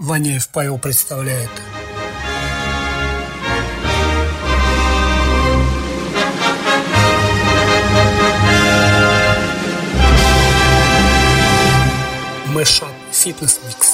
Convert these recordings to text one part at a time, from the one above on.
Ванеев Павел представляет. Мэша Фитнес Микс.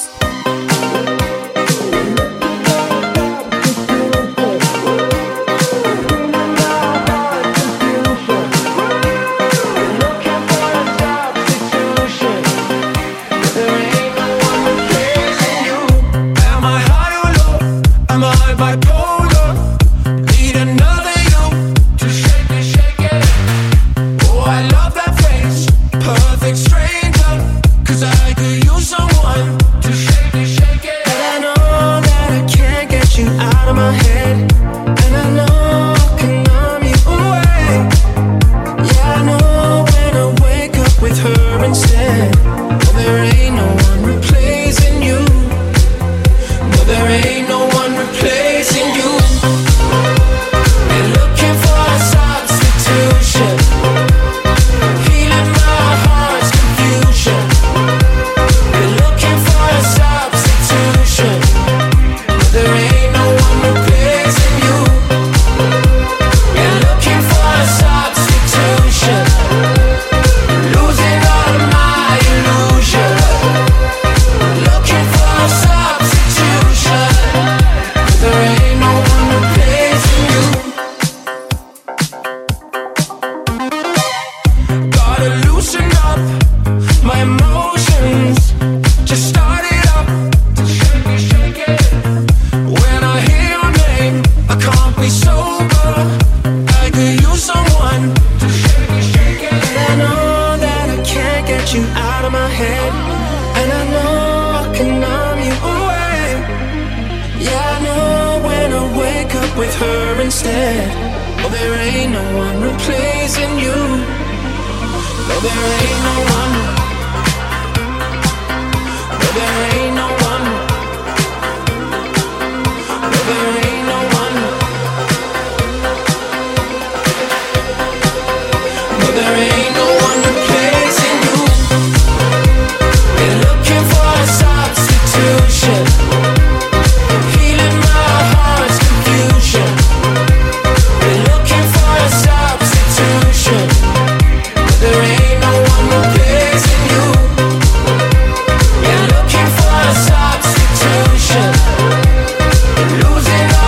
Losing all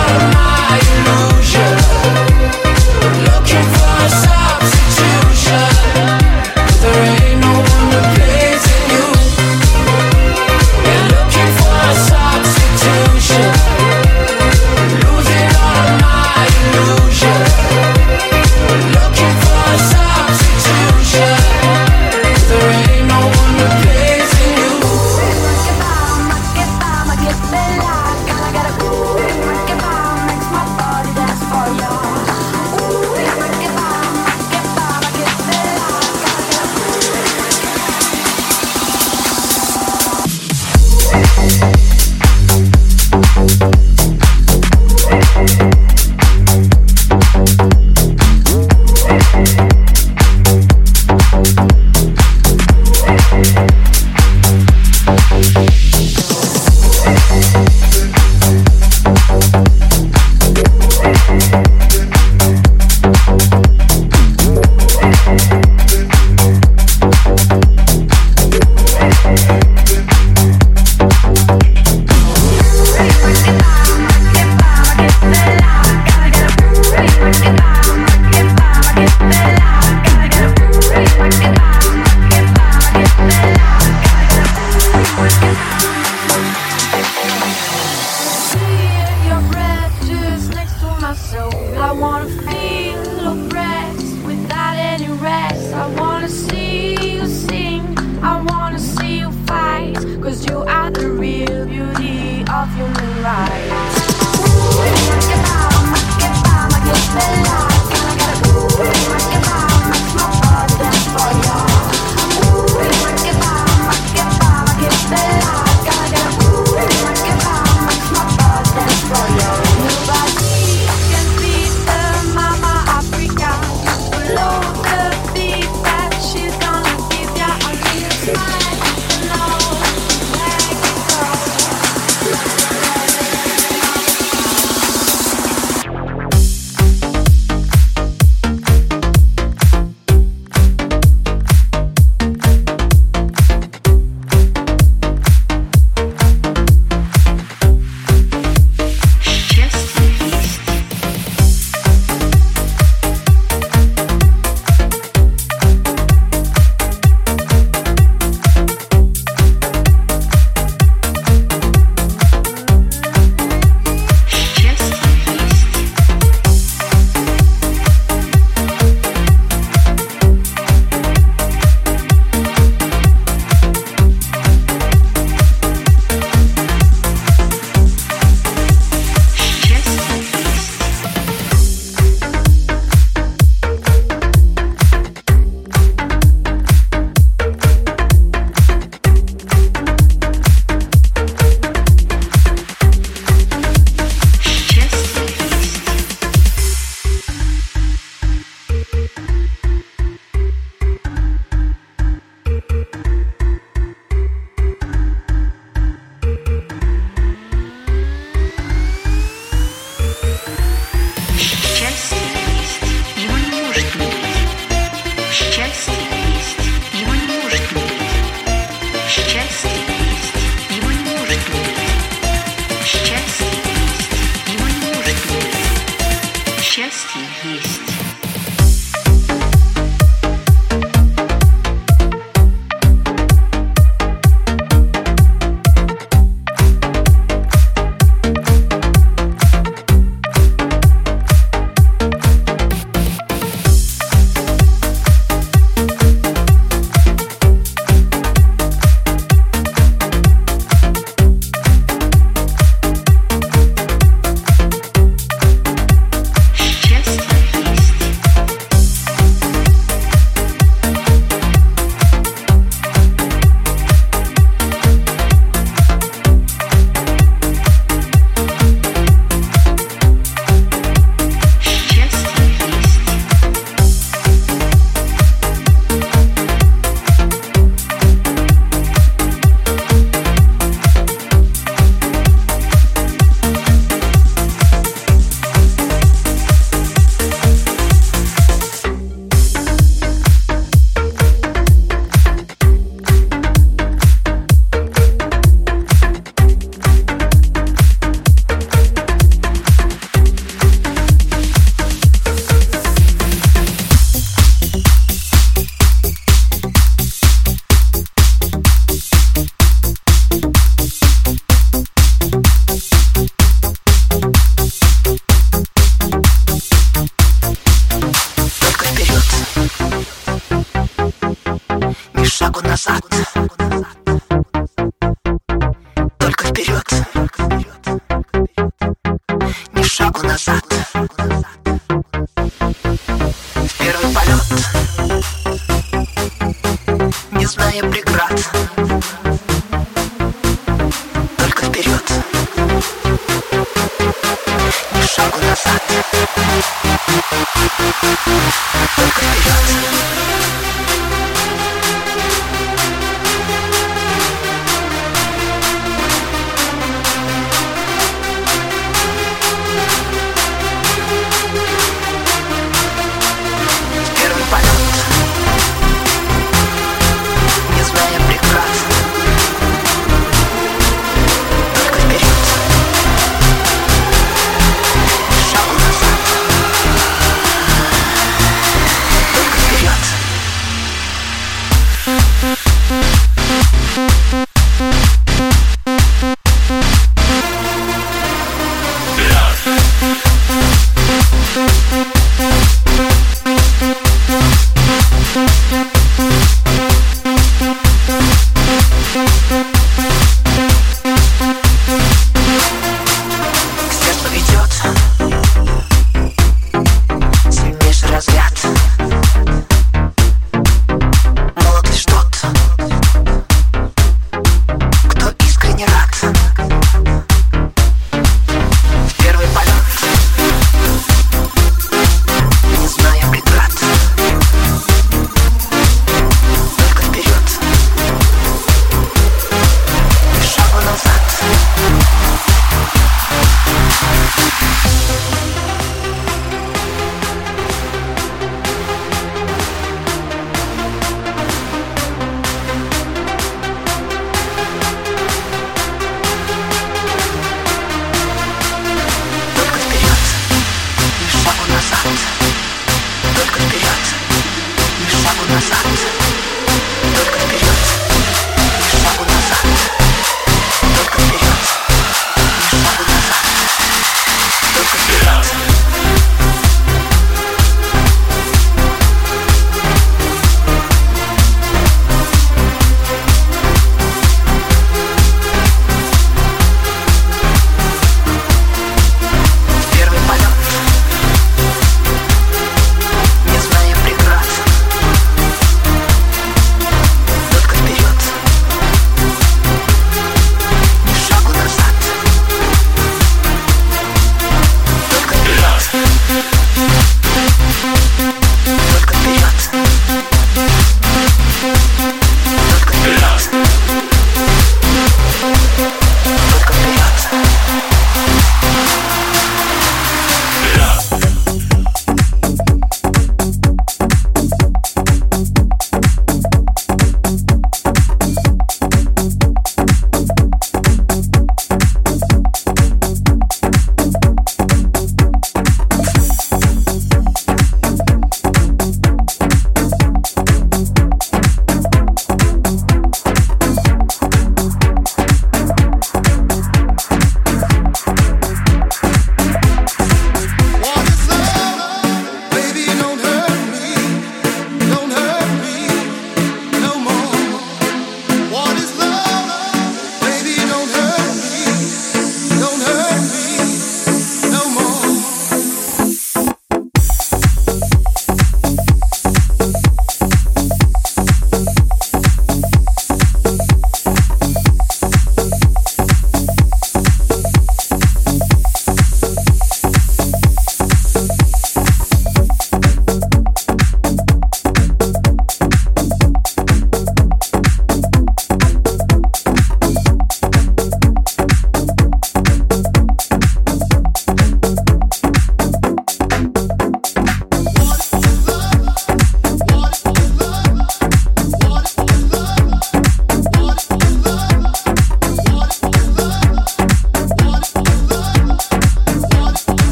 вперед, ни шагу назад. В первый полет, не зная преград, только вперед, ни шагу назад. Только вперед. Только вперед,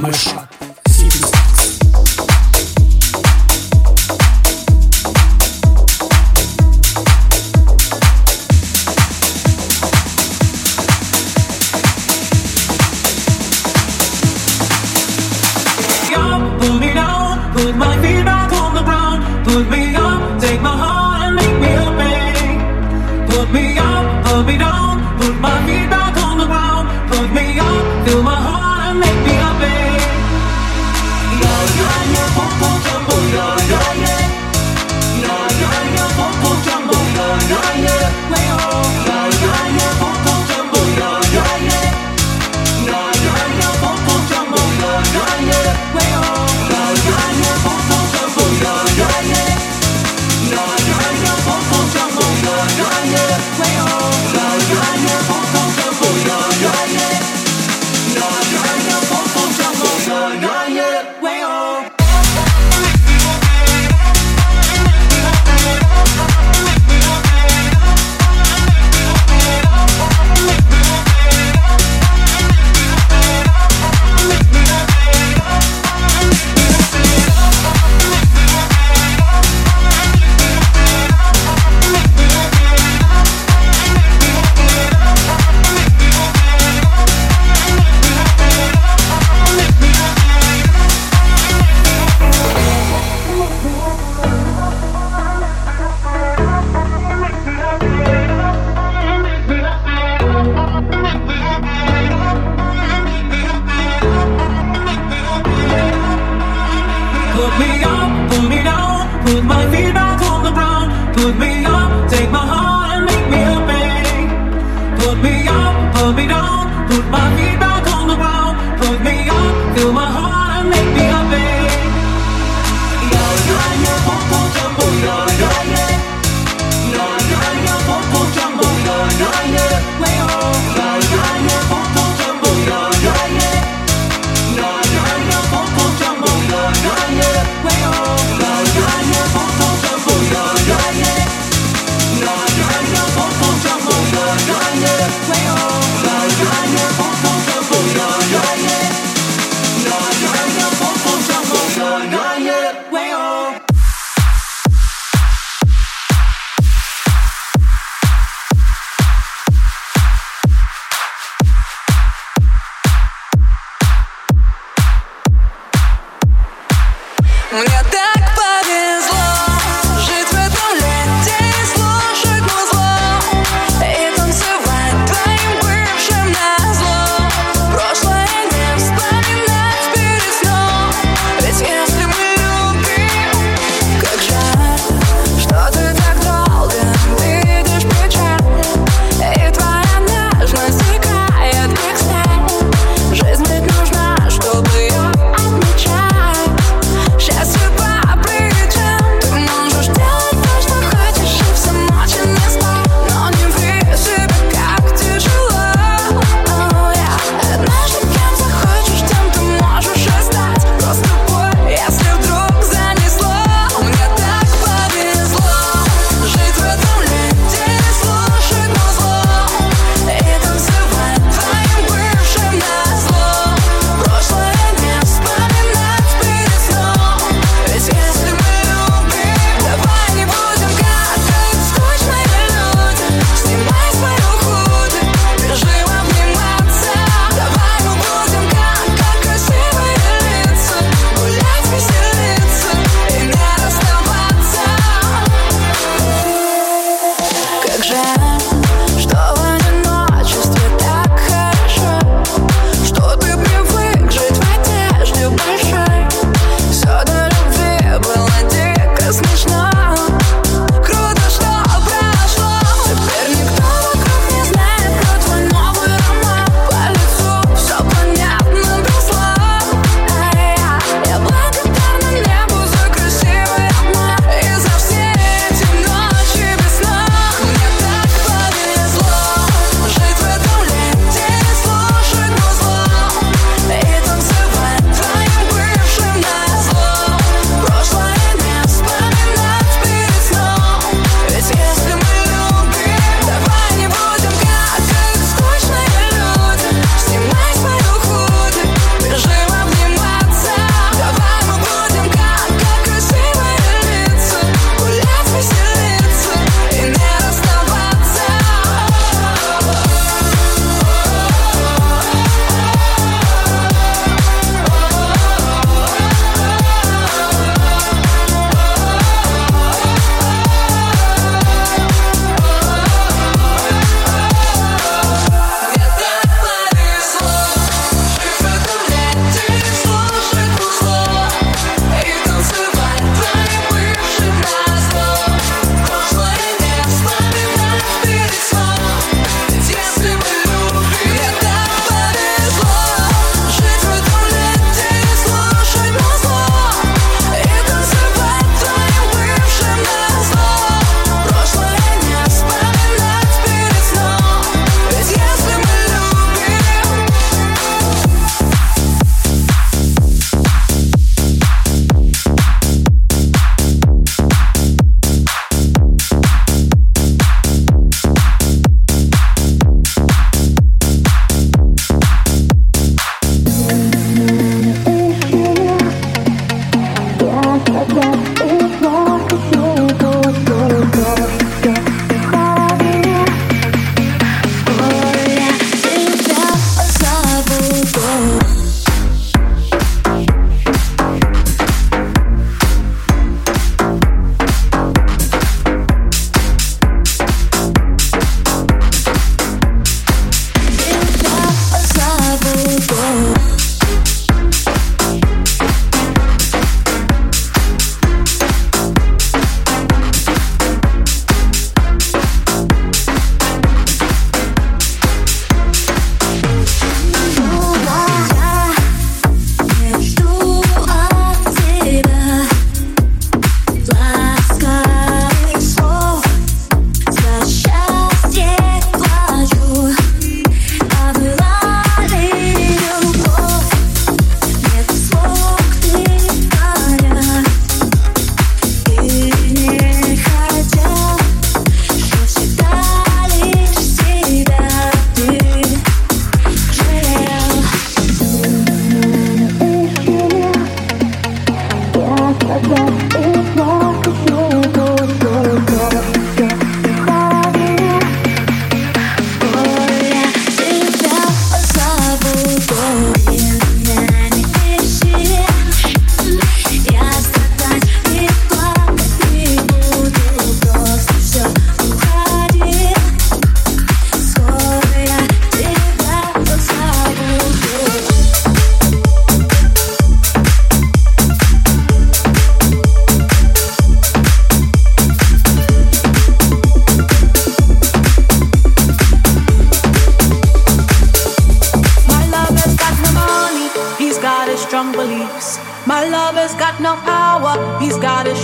Мэшап Фитнес Микс. up, pull me down, put my feet back on the ground, put me up, take my heart and make me happy. Put me up, put me down, put my feet back on the ground, put me up, fill my heart and make me happy. Yo yo yo, pom pom jumbo, yo yo yo. Yo yo yo, pom pom jumbo, yo yo yo. Way ho. Yo yo yo, pom pom jumbo, yo yo yo. Yo yo yo, pom pom jumbo, yo yo yo. Way ho. Yo yo yo, pom pom jumbo, yo yo yo. Yo yo yo, pom pom jumbo, yo yo yo. Way ho. Yo yo yo, pom pom jumbo, yo yo yo. Yo yo yo, pom pom jumbo, yo yo yo. Way ho. Put me up, pull me down, put my feet back on the ground. Put me up, take my heart and make me happy. Put me up, pull me down, put my feet back on the ground. Put me up, fill my heart and make me happy. Yo yo yo, pom pom jumbo, yo yo yo. Yo yo yo, pom pom jumbo, yo yo yo. Way ho. Yo yo yo, pom pom jumbo, yo yo yo. Yo yo yo, pom pom jumbo, yo yo yo. Way ho. Yo yo yo, pom pom jumbo, yo yo yo. Yo yo yo, pom pom jumbo, yo yo yo. Way ho. Yo yo yo, pom pom jumbo.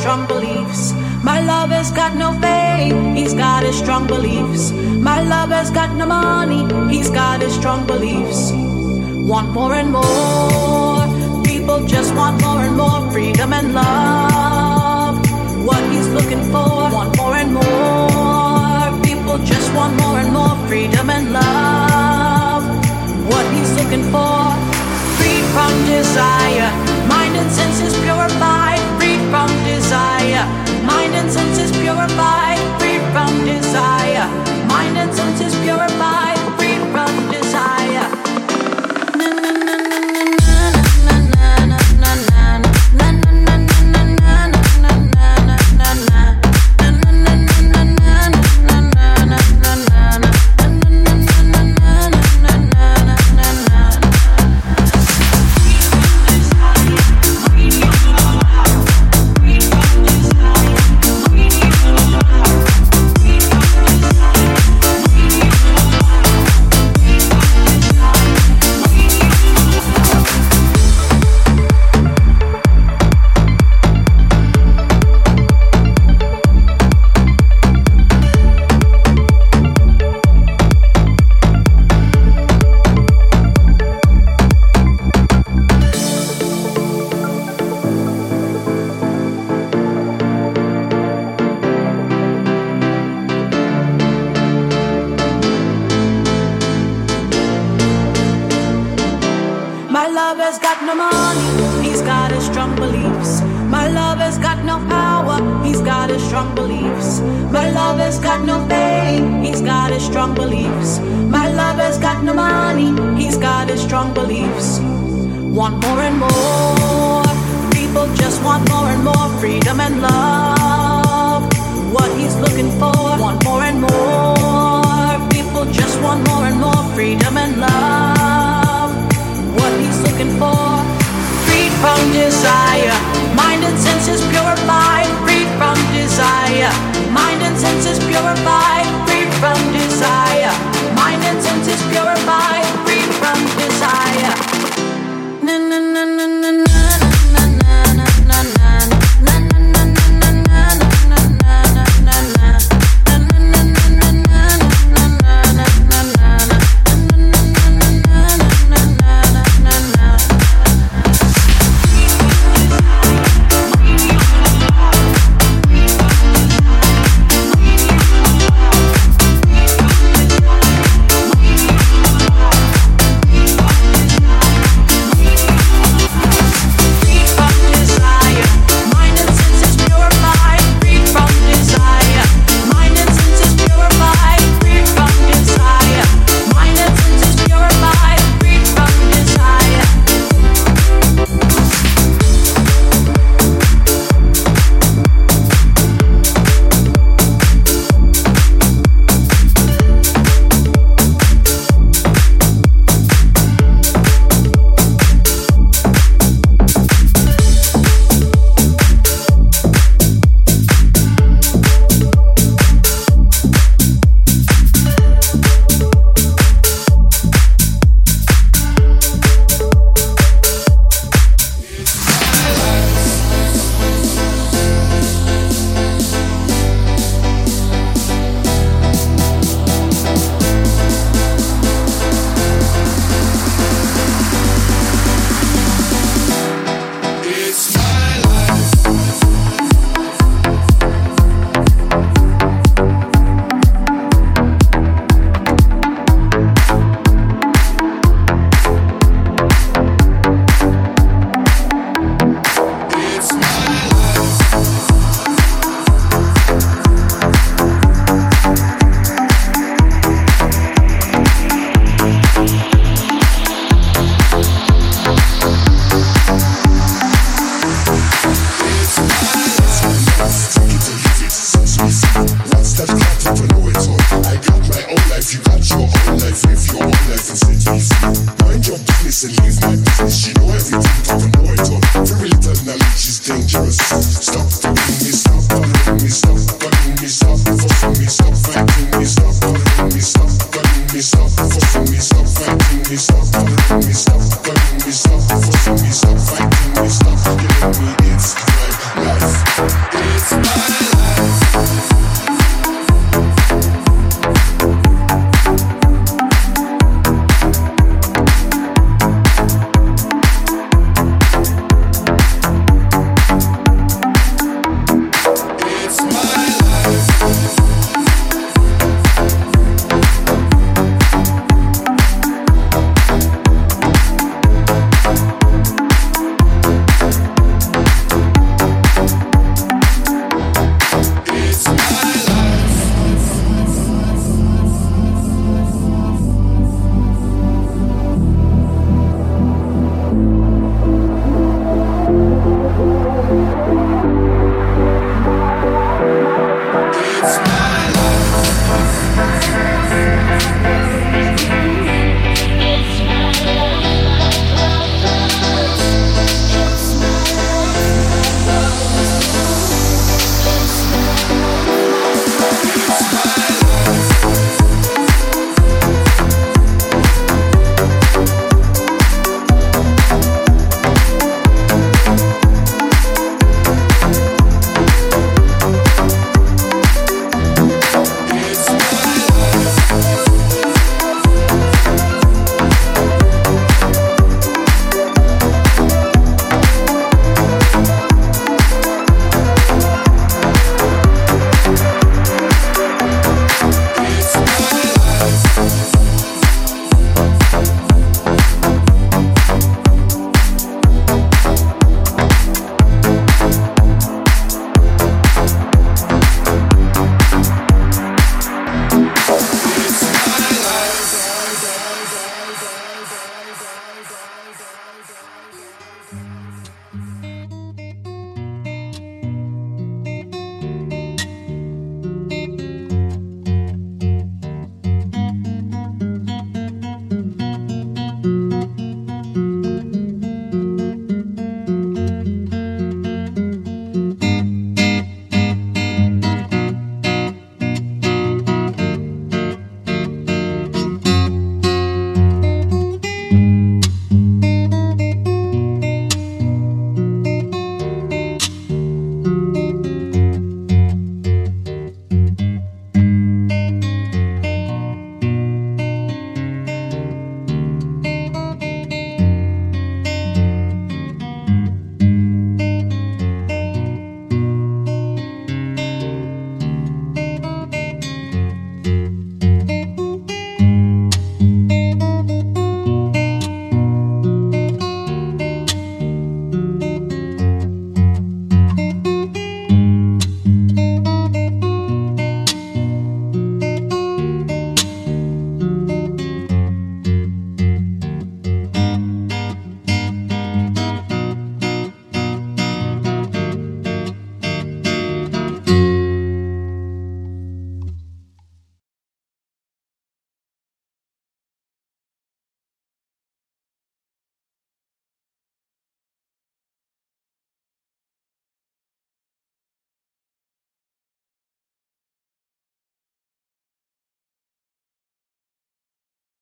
strong beliefs. My lover's got no fame, he's got his strong beliefs. My lover's got no money, he's got his strong beliefs. Want more and more, people just want more and more freedom and love. What he's looking for, want more and more, people just want more and more freedom and love. What he's looking for freed from desire. Mind and senses purified, freed from desire. Mind and senses purified, freed from desire. Mind and senses purified, freed from desire. Na na na na na na na na na na na na na na na na na na na na. My lover's got no money, he's got his strong beliefs. My lover's got no power, he's got his strong beliefs. My lover's got no fame, he's got his strong beliefs. My lover's got no money, he's got his strong beliefs. Want more and more, people just want more and more freedom and love. What he's looking for, want more and more, people just want more and more freedom and love what he's looking for. Freed from desire, mind and senses purified. Freed from desire, mind and senses purified. Freed from desire, mind and senses purified. Freed from desire. Na na na na na na. na na na na na na na na na na na na na na na na. Thank you